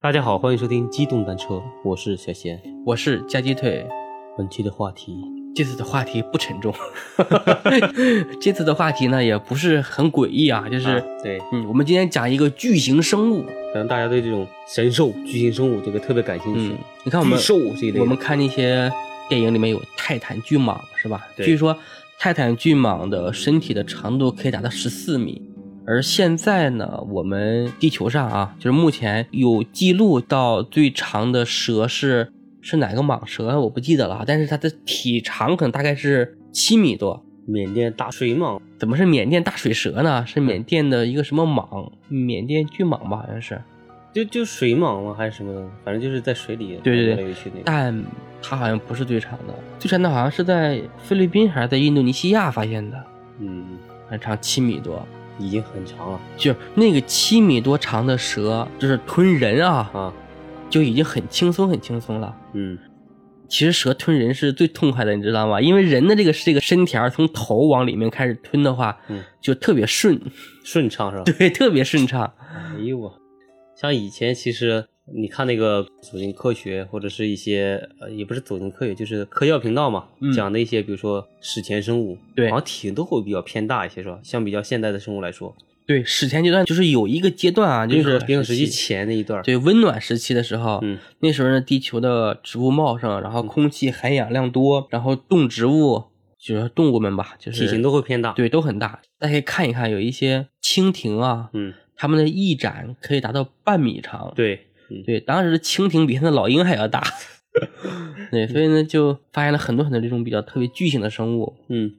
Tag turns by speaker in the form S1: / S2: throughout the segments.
S1: 大家好，欢迎收听《机动单车》，我是小贤。
S2: 我是夹鸡腿。
S1: 本期的话题，
S2: 这次的话题不沉重，这次的话题呢也不是很诡异啊，就是、
S1: 啊对，
S2: 嗯，我们今天讲一个巨型生物。
S1: 可能大家对这种神兽、巨型生物这个特别感兴趣
S2: 嗯，，你看我们
S1: 巨兽这一类的
S2: 我们看那些电影里面有泰坦巨蟒是吧？
S1: 对
S2: 据说泰坦巨蟒的身体的长度可以达到十四米，而现在呢，我们地球上啊，就是目前有记录到最长的蛇是是哪个蟒蛇我不记得了啊，但是它的体长可能大概是七米多。
S1: 缅甸大水蟒，
S2: 怎么是缅甸大水蛇呢？是缅甸的一个什么蟒？缅甸巨蟒吧，好像是。
S1: 就就水蟒吗？还是什么？反正就是在水里
S2: 对对对
S1: 游来游去那个。
S2: 但它好像不是最长的，最长的好像是在菲律宾还是在印度尼西亚发现的，
S1: 嗯，
S2: 很长七米多。
S1: 已经很长了
S2: 就那个七米多长的蛇，就是吞人啊，
S1: 啊，
S2: 就已经很轻松很轻松了。
S1: 嗯，
S2: 其实蛇吞人是最痛快的，你知道吗？因为人的这个这个身条从头往里面开始吞的话，
S1: 嗯
S2: 就特别顺，
S1: 顺畅是吧？
S2: 对，特别顺畅。
S1: 哎呦我，像以前其实你看那个走进科学，或者是一些呃，也不是走进科学，就是科教频道嘛，
S2: 嗯
S1: 讲的一些比如说史前生物，
S2: 对
S1: 好像体型都会比较偏大一些，是吧？相比较现代的生物来说，
S2: 对，史前阶段就是有一个阶段啊，就是
S1: 冰河时期前那一段儿，
S2: 对温暖时期的时候，
S1: 嗯，
S2: 那时候呢，地球的植物茂盛，然后空气含氧量多，然后动植物就是动物们吧，就是
S1: 体型都会偏大，，
S2: 对都很大。大家可以看一看，有一些蜻蜓啊，
S1: 嗯，
S2: 它们的翼展可以达到半米长。
S1: 对，嗯，
S2: 对，当时的蜻蜓比它的老鹰还要 大。对，所以呢，就发现了很多很多这种比较特别巨型的生物。
S1: 嗯，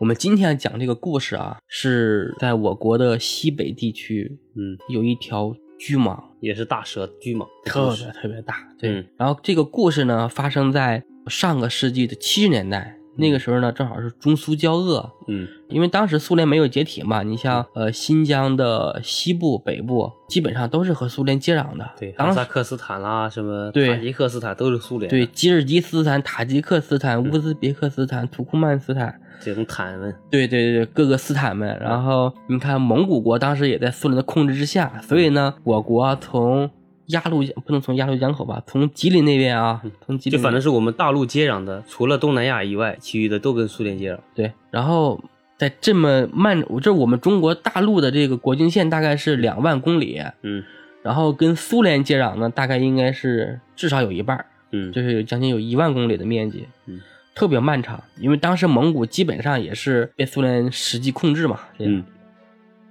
S2: 我们今天讲这个故事啊，是在我国的西北地区
S1: 嗯，
S2: 有一条巨蟒，
S1: 也是大蛇巨蟒，
S2: 特别特别大。对，
S1: 嗯
S2: 然后这个故事呢，发生在上个世纪的七十年代。那个时候呢，正好是中苏交恶，
S1: 嗯
S2: 因为当时苏联没有解体嘛。你像呃，新疆的西部、北部基本上都是和苏联接壤的。
S1: 对，哈
S2: 当
S1: 萨
S2: 时
S1: 克斯坦啦，什么
S2: 对
S1: 塔吉克斯坦都是苏联的，嗯
S2: 对吉尔吉斯斯坦、塔吉克斯斯坦、乌兹别克斯坦、土库曼斯坦，
S1: 这种坦文，
S2: 对对对，各个斯坦们。然后你看，蒙古国当时也在苏联的控制之下，所以呢，
S1: 嗯
S2: 我国从鸭绿江不能从鸭绿江口吧，从吉林那边啊，从
S1: 嗯
S2: 吉
S1: 就
S2: 林
S1: 反正是我们大陆接壤的，除了东南亚以外，其余的都跟苏联接壤。
S2: 对，然后在这么漫，这我们中国大陆的这个国境线大概是两万公里，
S1: 嗯
S2: 然后跟苏联接壤呢，大概应该是至少有一半儿，
S1: 嗯，
S2: 就是有将近有一万公里的面积，
S1: 嗯，
S2: 特别漫长，因为当时蒙古基本上也是被苏联实际控制嘛，这样。
S1: 嗯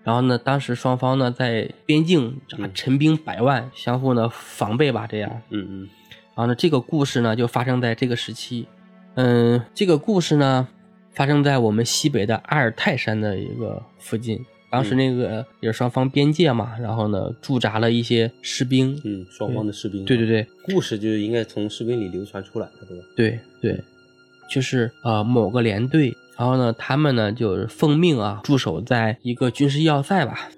S2: 然后呢，当时双方呢在边境啊
S1: 嗯
S2: 陈兵百万，相互呢防备吧，这样。
S1: 嗯嗯
S2: 然后呢，啊这个故事呢就发生在这个时期。嗯，这个故事呢发生在我们西北的阿尔泰山的一个附近。当时那个也是双方边界嘛，然后呢驻扎了一些士兵。
S1: 嗯，双方的士兵，
S2: 对对对
S1: 故事就是应该从士兵里流传出来的，对吧？
S2: 对对，就是呃某个连队，然后呢他们呢就是奉命啊驻守在一个军事要塞吧，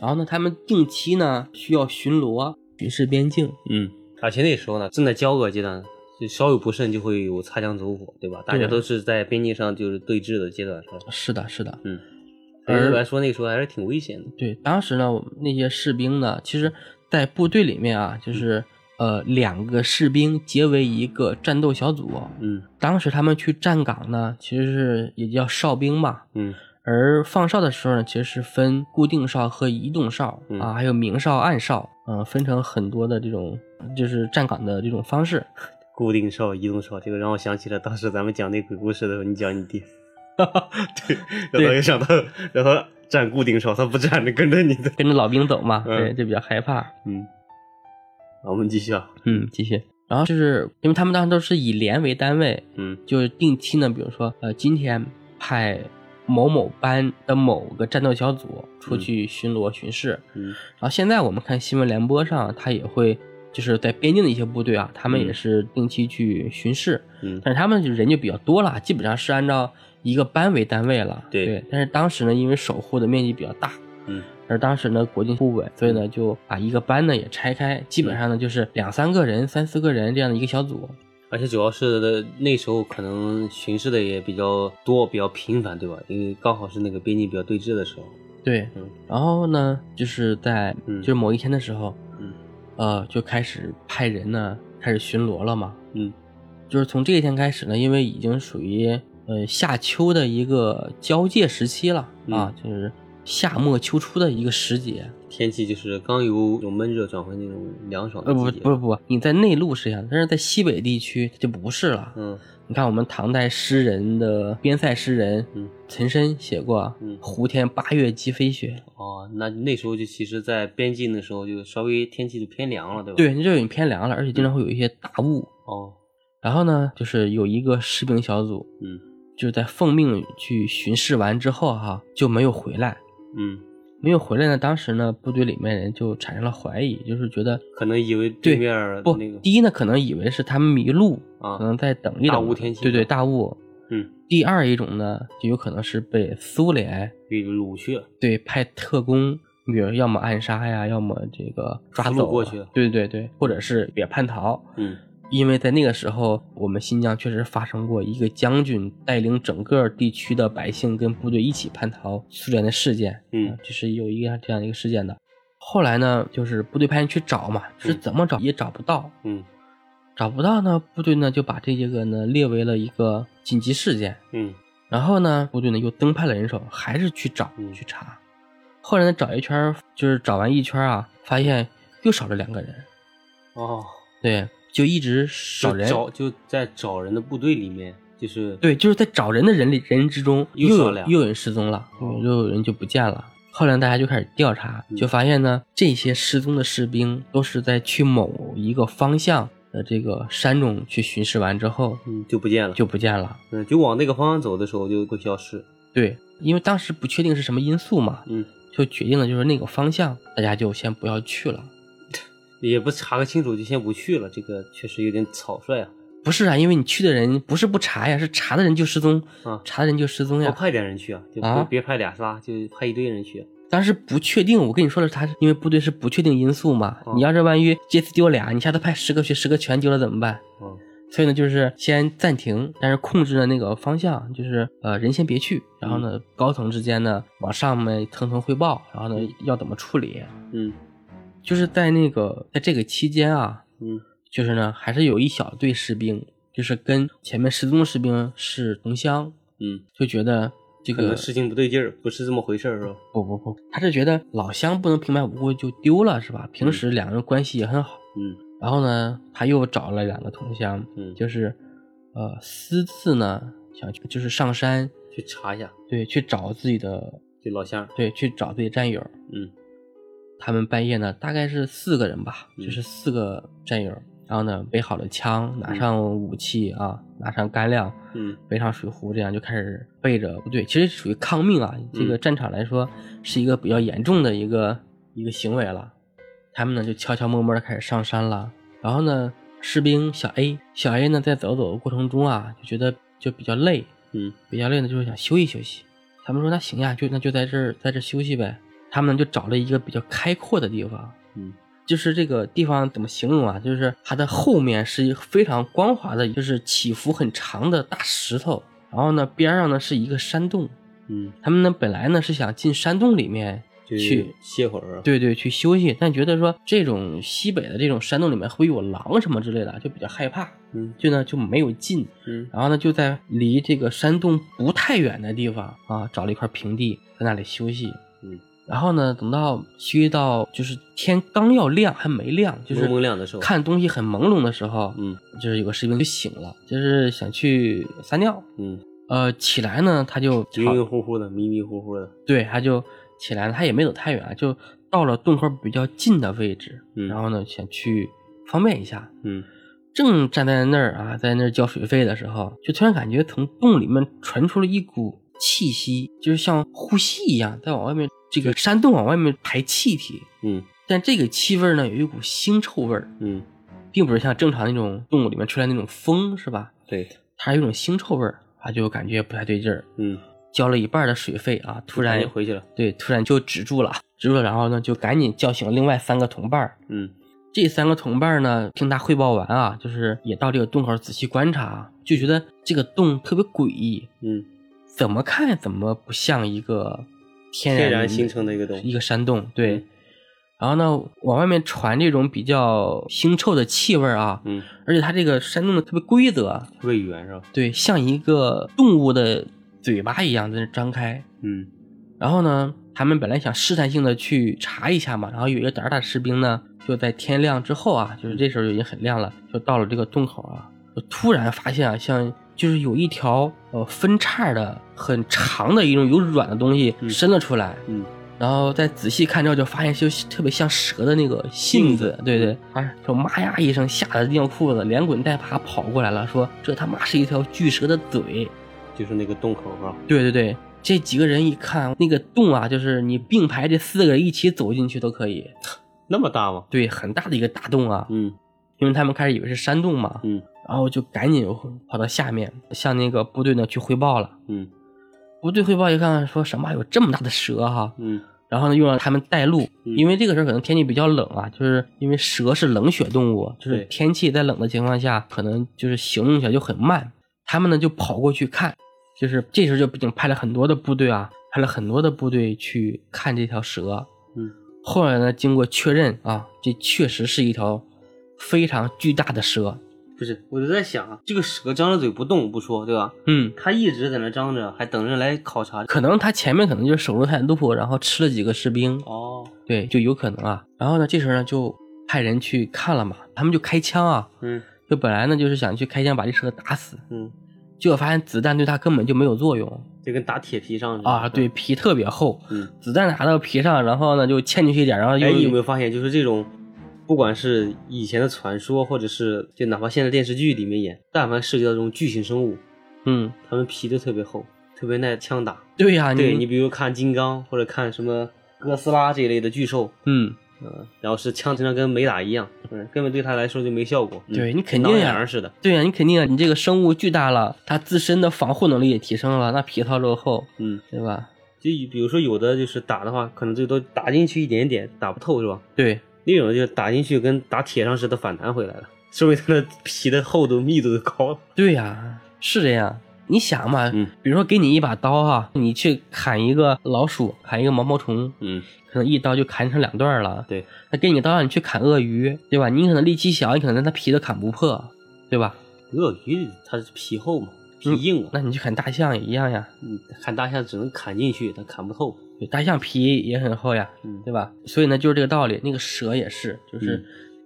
S2: 然后呢他们定期呢需要巡逻巡视边境。
S1: 嗯，而且那时候呢，正在交恶阶段，就稍有不慎就会有擦枪走火，对吧？
S2: 啊
S1: 大家都是在边境上就是对峙的阶段，是吧？
S2: 是的，是的，
S1: 嗯，
S2: 而
S1: 而来说那个时候还是挺危险的。
S2: 对，当时呢，我们那些士兵呢，其实，在部队里面啊，就是、呃，两个士兵结为一个战斗小组。
S1: 嗯
S2: 当时他们去站岗呢，其实是也叫哨兵嘛。
S1: 嗯
S2: 而放哨的时候呢，其实是分固定哨和移动哨、
S1: 嗯
S2: 啊，还有明哨、暗哨，嗯、分成很多的这种就是站岗的这种方式。
S1: 固定哨、移动哨，这个让我想起了当时咱们讲那鬼故事的时候，你讲你弟，对，然后
S2: 对
S1: 又想到让他站固定哨，他不站着跟着你的。
S2: 跟着老兵走嘛，
S1: 嗯
S2: 对，就比较害怕。
S1: 嗯，好，我们继续啊。
S2: 嗯，继续。然后就是因为他们当时都是以连为单位，
S1: 嗯
S2: 就是定期呢，比如说呃，今天派某某班的某个战斗小组出去巡逻巡视。
S1: 嗯
S2: 然后现在我们看新闻联播上，他也会就是在边境的一些部队啊，他们
S1: 嗯
S2: 也是定期去巡视，
S1: 嗯
S2: 但是他们就人就比较多了，基本上是按照一个班为单位了。
S1: 对
S2: 但是当时呢，因为守护的面积比较大。
S1: 嗯
S2: 而当时呢，国境不稳，所以呢，就把一个班呢也拆开，基
S1: 嗯
S2: 本上呢就是两三个人、三四个人这样的一个小组，
S1: 而且主要是那时候可能巡视的也比较多，比较频繁，对吧？因为刚好是那个边境比较对峙的时候。
S2: 对，
S1: 嗯
S2: 然后呢，就是在
S1: 嗯
S2: 就是某一天的时候，
S1: 嗯
S2: 呃，就开始派人呢，开始巡逻了嘛。
S1: 嗯，
S2: 就是从这一天开始呢，因为已经属于呃夏秋的一个交界时期了、
S1: 嗯
S2: 啊，就是夏末秋初的一个时节。
S1: 天气就是刚由由闷热转回那种凉爽的
S2: 呃，不
S1: 季节。
S2: 不不，你在内陆是这样，但是在西北地区就不是了。
S1: 嗯
S2: 你看，我们唐代诗人的边塞诗人，
S1: 嗯，
S2: 岑参写过
S1: 嗯
S2: “胡天八月即飞雪”，
S1: 哦，那那时候就其实，在边境的时候就稍微天气就偏凉了，对吧？。
S2: 对，那就有点偏凉了，而且经常会有一些大雾。
S1: 哦，
S2: 然后呢，就是有一个士兵小组，
S1: 嗯
S2: 就是在奉命去巡视完之后哈、就没有回来。
S1: 嗯，
S2: 没有回来呢，当时呢，部队里面人就产生了怀疑，就是觉得
S1: 可能以为
S2: 对
S1: 面儿
S2: 不，
S1: 那个
S2: 第一呢，可能以为是他们迷路，
S1: 啊
S2: 可能在等一等，
S1: 大雾天气
S2: 对对，大雾。
S1: 嗯，
S2: 第二一种呢，就有可能是被苏联
S1: 给掳去，
S2: 对派特工，比如要么暗杀呀，要么这个抓
S1: 俘虏
S2: 走啊
S1: 过去
S2: 对对对，或者是也叛逃。
S1: 嗯
S2: 因为在那个时候，我们新疆确实发生过一个将军带领整个地区的百姓跟部队一起叛逃苏联的事件，
S1: 嗯
S2: 这是有一个这样一个事件的。后来呢，就是部队派人去找嘛，是怎么找也找不到，
S1: 嗯
S2: 找不到呢，部队呢就把这个呢列为了一个紧急事件，
S1: 嗯
S2: 然后呢，部队呢又增派了人手，还是去找、
S1: 嗯
S2: 去查。后来呢，找一圈儿，就是找完一圈儿啊，发现又少了两个人，
S1: 哦，
S2: 对，就一直
S1: 就
S2: 少人，
S1: 找就在找人的部队里面，就是
S2: 对，就是在找人的人里人之中
S1: 又
S2: 又
S1: 少
S2: 有
S1: 俩
S2: 又有人失踪了，
S1: 哦
S2: 又有人就不见了。后来大家就开始调查，
S1: 嗯
S2: 就发现呢，这些失踪的士兵都是在去某一个方向的这个山中去巡视完之后
S1: 嗯就不见了，
S2: 就不见了。
S1: 嗯就往那个方向走的时候就会消失，
S2: 对，因为当时不确定是什么因素嘛，
S1: 嗯
S2: 就决定了就是那个方向，大家就先不要去了。
S1: 也不查个清楚就先不去了，这个确实有点草率啊
S2: 不是啊，因为你去的人不是不查呀，是查的人就失踪，
S1: 啊，
S2: 查的人就失踪
S1: 多
S2: 哎呀。
S1: 派点人去啊，就
S2: 啊
S1: 别别派俩仨，就派一堆人去，
S2: 当时不确定，我跟你说了，他因为部队是不确定因素嘛，
S1: 哦
S2: 你要是万一这次丢俩，你下次派十个去，十个全丢了怎么办？
S1: 嗯
S2: 所以呢，就是先暂停，但是控制了那个方向，就是呃人先别去，然后
S1: 嗯
S2: 呢，高层之间呢往上面层层汇报，然后呢要怎么处理，
S1: 嗯
S2: 就是在那个在这个期间啊，
S1: 嗯
S2: 就是呢还是有一小队士兵，就是跟前面失踪的士兵是同乡，
S1: 嗯，
S2: 就觉得这
S1: 可能
S2: 个
S1: 事情不对劲儿，不是这么回事儿是吧？
S2: 不不不，他是觉得老乡不能平白无故就丢了是吧？平时两个人关系也很好，
S1: 嗯
S2: 然后呢，他又找了两个同乡，
S1: 嗯，
S2: 就是呃私自呢想去就是上山，
S1: 去查一下，
S2: 对，去找自己的
S1: 这老乡儿，
S2: 对去找自己的战友。
S1: 嗯
S2: 他们半夜呢大概是四个人吧，
S1: 嗯
S2: 就是四个战友，然后呢背好了枪，拿上武器啊，拿上干粮，
S1: 嗯
S2: 背上水壶，这样就开始背着部队，其实属于抗命啊。这个战场来说是一个比较严重的一个一个行为了。他们呢就悄悄摸摸的开始上山了。然后呢，士兵小 A 小 A 呢在走走的过程中啊，就觉得就比较累，
S1: 嗯
S2: 比较累呢就是想休息休息。他们说那行呀，就那就在这儿在这儿休息呗。他们呢就找了一个比较开阔的地方，
S1: 嗯
S2: 就是这个地方怎么形容啊？就是它的后面是一个非常光滑的，就是起伏很长的大石头，然后呢边上呢是一个山洞。
S1: 嗯，
S2: 他们呢本来呢是想进山洞里面
S1: 就
S2: 去，
S1: 歇会儿，，啊
S2: 对对，去休息，但觉得说这种西北的这种山洞里面会有狼什么之类的，就比较害怕，
S1: 嗯
S2: 就呢就没有进。
S1: 嗯
S2: 然后呢就在离这个山洞不太远的地方啊找了一块平地，在那里休息。
S1: 嗯，
S2: 然后呢，等到休息到就是天刚要亮，还没亮，就是
S1: 蒙蒙亮的时候，，
S2: 看东西很朦胧的时候，
S1: 嗯
S2: 就是有个士兵就醒了，就是想去撒尿。
S1: 嗯，
S2: 呃，起来呢，他就
S1: 晕晕乎乎的，迷迷糊糊的，
S2: 对，他就起来了，他也没走太远，啊就到了洞口比较近的位置，
S1: 嗯
S2: 然后呢，想去方便一下。
S1: 嗯
S2: 正站在那儿啊，在那儿交水费的时候，就突然感觉从洞里面传出了一股气息，就是像呼吸一样，在往外面这个山洞往外面排气体。
S1: 嗯
S2: 但这个气味呢，有一股腥臭味儿，
S1: 嗯，
S2: 并不是像正常那种动物里面吹来那种风，是吧？
S1: 对，
S2: 它有一种腥臭味儿，他就感觉不太对劲儿。
S1: 嗯，
S2: 交了一半的水费啊，突
S1: 赶
S2: 然
S1: 紧回去了，
S2: 对，突然就止住了，止住了，然后呢就赶紧叫醒另外三个同伴儿。
S1: 嗯
S2: 这三个同伴儿呢，听他汇报完啊，就是也到这个洞口仔细观察，啊就觉得这个洞特别诡异，
S1: 嗯，
S2: 怎么看怎么不像一个天
S1: 天
S2: 然
S1: 然形成的一个东
S2: 一
S1: 西，
S2: 个山洞，对。
S1: 嗯
S2: 然后呢，往外面传这种比较腥臭的气味儿啊，
S1: 嗯，
S2: 而且它这个山洞的特别规则啊，
S1: 魏源是吧？
S2: 对，像一个动物的嘴巴一样在那张开。
S1: 嗯
S2: 然后呢，他们本来想试探性的去查一下嘛，然后有一个胆儿大的士兵呢，就在天亮之后啊，就是这时候就已经很亮了，就到了这个洞口啊，就突然发现啊，像就是有一条呃分叉的很长的一种有软的东西
S1: 嗯
S2: 伸了出来，
S1: 嗯，
S2: 然后再仔细看之后，就发现就特别像蛇的那个信子，对对，啊，就妈呀一声，吓得尿裤子，连滚带爬跑过来了，说这他妈是一条巨蛇的嘴。
S1: 就是那个洞口是吧？
S2: 对对对，这几个人一看那个洞啊，就是你并排这四个人一起走进去都可以，
S1: 那么大吗？
S2: 对，很大的一个大洞啊，
S1: 嗯
S2: 因为他们开始以为是山洞嘛，
S1: 嗯
S2: 然后就赶紧跑到下面向那个部队呢去汇报了。
S1: 嗯
S2: 部队汇报一看，说什么有这么大的蛇哈、
S1: 嗯
S2: 然后呢，又让他们带路，
S1: 嗯
S2: 因为这个时候可能天气比较冷啊，就是因为蛇是冷血动物，就是
S1: 对
S2: 天气在冷的情况下，可能就是行动起来就很慢。他们呢就跑过去看，就是这时候就已经派了很多的部队啊，派了很多的部队去看这条蛇。
S1: 嗯，
S2: 后来呢，经过确认啊，这确实是一条非常巨大的蛇。
S1: 不是，我就在想啊，这个蛇张着嘴不动不说，对吧？
S2: 嗯，
S1: 它一直在那张着，还等着来考察。
S2: 可能他前面可能就是守株待兔，然后吃了几个士兵，
S1: 哦，
S2: 对，就有可能啊。然后呢，这时候呢就派人去看了嘛，他们就开枪啊。
S1: 嗯
S2: 就本来呢就是想去开枪把这蛇打死，
S1: 嗯，
S2: 结果发现子弹对它根本就没有作用
S1: 就跟打铁皮上似的
S2: 啊，对，，皮特别厚，
S1: 嗯。
S2: 子弹打到皮上，然后呢就嵌进去一点，然后又、
S1: 哎，你有没有发现，就是这种，不管是以前的传说，或者是就哪怕现在电视剧里面演，但凡涉及到这种巨型生物，
S2: 嗯，
S1: 它们皮都特别厚，特别耐枪打。
S2: 对呀、
S1: 对你
S2: 你
S1: 比如看金刚或者看什么哥斯拉这一类的巨兽，
S2: 嗯，
S1: 嗯，然后是枪经常跟没打一样，嗯，根本对他来说就没效果。嗯
S2: 对你肯
S1: 挠
S2: 定
S1: 痒
S2: 呀
S1: 痒，似的，
S2: 对呀、你肯定啊，你这个生物巨大了，它自身的防护能力也提升了，那皮套落后，
S1: 嗯，
S2: 对吧？
S1: 就比如说有的就是打的话，可能最多打进去一点点，打不透是吧？
S2: 对，
S1: 那种就是打进去跟打铁上似的反弹回来了，说明它的 皮的厚度密度都高了。
S2: 对呀、是这样。你想嘛，
S1: 嗯
S2: 比如说给你一把刀哈、你去砍一个老鼠，砍一个毛毛虫，
S1: 嗯，
S2: 可能一刀就砍成两段儿了。
S1: 对，
S2: 他给你刀让你去砍鳄鱼，对吧？你可能力气小，你可能连它皮都砍不破，对吧？
S1: 鳄鱼它是皮厚嘛，皮硬啊，
S2: 嗯那你去砍大象也一样呀，
S1: 嗯，砍大象只能砍进去，但砍不透。
S2: 对大象皮也很厚呀，
S1: 嗯
S2: 对吧？所以呢，就是这个道理。那个蛇也是，就是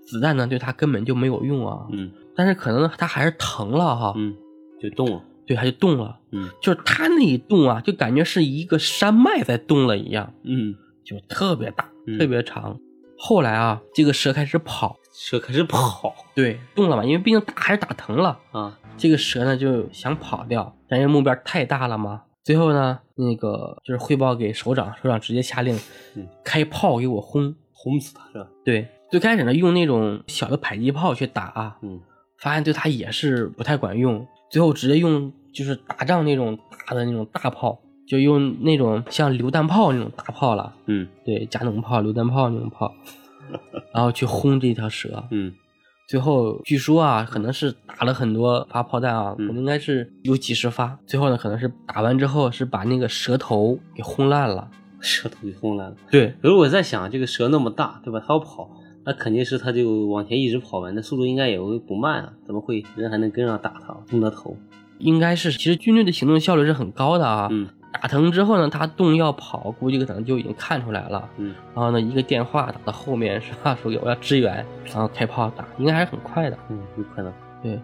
S2: 子弹呢对它根本就没有用啊，
S1: 嗯
S2: 但是可能它还是疼了哈，
S1: 嗯，就动了。
S2: 对，它就动了。
S1: 嗯
S2: 就是它那一动啊，就感觉是一个山脉在动了一样，
S1: 嗯，
S2: 就特别大，
S1: 嗯
S2: 特别长。后来啊，这个蛇开始跑，
S1: 蛇开始跑
S2: 对，动了嘛，因为毕竟打还是打疼了。
S1: 啊，
S2: 这个蛇呢就想跑掉，但是目标太大了嘛。最后呢，那个就是汇报给首长，首长直接下令，
S1: 嗯
S2: 开炮给我轰。
S1: 轰死它是吧？
S2: 对，最开始呢用那种小的迫击炮去打，啊
S1: 嗯
S2: 发现对它也是不太管用。最后直接用就是打仗那种大的那种大炮，就用那种像榴弹炮那种大炮了，
S1: 嗯
S2: 对，加农炮、榴弹炮那种炮， 然后去轰这条蛇。
S1: 嗯
S2: 最后据说啊，可能是打了很多发炮弹啊，可
S1: 嗯
S2: 能应该是有几十发。最后呢，可能是打完之后是把那个蛇头给轰烂了。
S1: 蛇嗯头给轰来了。
S2: 对
S1: 可是我在想，这个蛇那么大，对吧？它要跑，那肯定是它就往前一直跑呗，那速度应该也会不慢啊，怎么会人还能跟上打它，轰它头？
S2: 应该是其实军队的行动效率是很高的啊。
S1: 嗯
S2: 打疼之后呢，他动要跑，估计可能就已经看出来了。
S1: 嗯
S2: 然后呢，一个电话打到后面是吧？说我要支援，然后开炮打，应该还是很快的。
S1: 嗯，有可能。
S2: 对，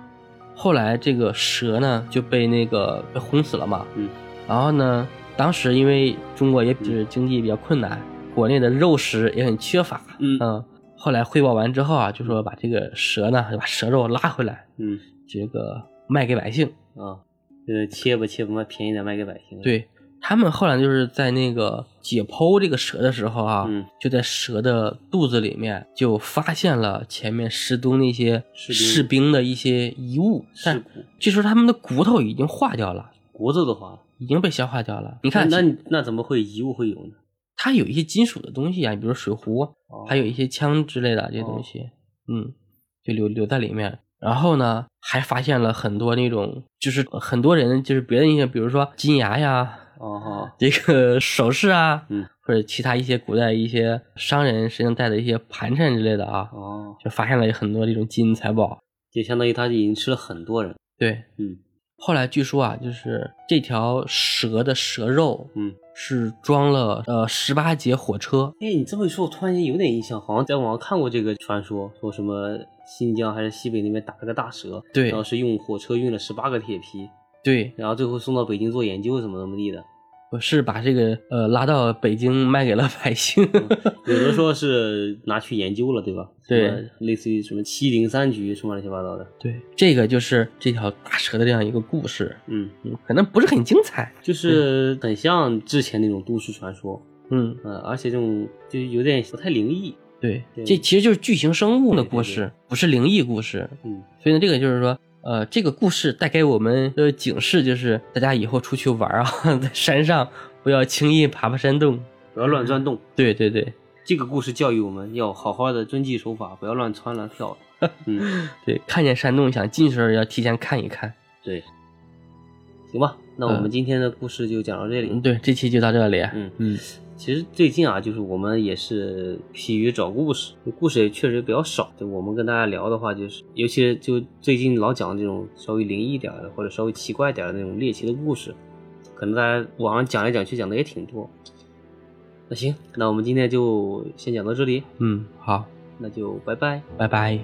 S2: 后来这个蛇呢就被那个被轰死了嘛。
S1: 嗯
S2: 然后呢，当时因为中国也是经济比较困难，国内的肉食也很缺乏，
S1: 嗯
S2: 后来汇报完之后啊，就说把这个蛇呢，把蛇肉拉回来，
S1: 嗯
S2: 这个卖给百姓。
S1: 啊，呃，切吧切吧，卖便宜点卖给百啊姓。，
S2: 对他们后来就是在那个解剖这个蛇的时候啊，
S1: 嗯
S2: 就在蛇的肚子里面就发现了前面失踪那些
S1: 士兵
S2: 士兵的一些遗物，
S1: 尸
S2: 但
S1: 骨
S2: 这时候他们的骨头已经化掉了，
S1: 骨头的话，
S2: 已经被消化掉了。你看，
S1: 那那那怎么会遗物会有呢？
S2: 它有一些金属的东西啊，比如水壶，
S1: 哦
S2: 还有一些枪之类的这些东西，嗯，就留留在里面。然后呢，还发现了很多那种，就是很多人就是别的一些，比如说金牙呀，
S1: 哦哈，
S2: 这个 首饰啊，
S1: 嗯，
S2: 或者其他一些古代一些商人身上带的一些盘缠之类的啊，
S1: 哦，
S2: 就发现了很多这种金银财宝。
S1: 就相当于他已经吃了很多人，
S2: 对，
S1: 嗯
S2: 后来据说啊，就是这条蛇的蛇肉
S1: 嗯。
S2: 是装了呃十八节火车，
S1: 哎，你这么一说，我突然间有点印象，好像在网上看过这个传说，说什么新疆还是西北那边打了个大蛇，
S2: 对
S1: 然后是用火车运了十八个铁皮，
S2: 对，
S1: 然后最后送到北京做研究，怎么怎么地的。
S2: 我是把这个呃拉到北京卖给了百姓。
S1: 有人说是拿去研究了，对吧？
S2: 对，
S1: 类似于什么七零三局什么乱七八糟的。
S2: 对，这个就是这条大蛇的这样一个故事，
S1: 嗯，
S2: 嗯，可能不是很精彩，
S1: 就是很像之前那种都市传说，
S2: 嗯，
S1: 呃，而且这种就有点不太灵异。
S2: 对，
S1: 对
S2: 这其实就是巨型生物的
S1: 对对
S2: 故事，不是灵异故事。
S1: 嗯
S2: 所以呢，这个就是说，呃，这个故事带给我们的警示就是，大家以后出去玩啊， 在山上不要轻易爬爬山洞。
S1: 不要乱
S2: 嗯
S1: 钻洞。
S2: 对对对
S1: 这个故事教育我们要好好的遵纪守法，不要乱窜乱跳。 嗯，
S2: 对，看见山洞想进去的时候要提前看一看。
S1: 对。行吧，那我们今天的故事就讲到这里。
S2: 嗯，对，这期就到这里。
S1: 嗯
S2: 嗯，
S1: 其实最近啊，就是我们也是疲于找故事，故事也确实比较少。就我们跟大家聊的话，就是尤其是就最近老讲这种稍微灵异点儿的，或者稍微奇怪点儿的那种猎奇的故事，可能大家网上讲来讲去讲的也挺多。那行，那我们今天就先讲到这里，
S2: 嗯，好，
S1: 那就拜拜。
S2: 拜拜。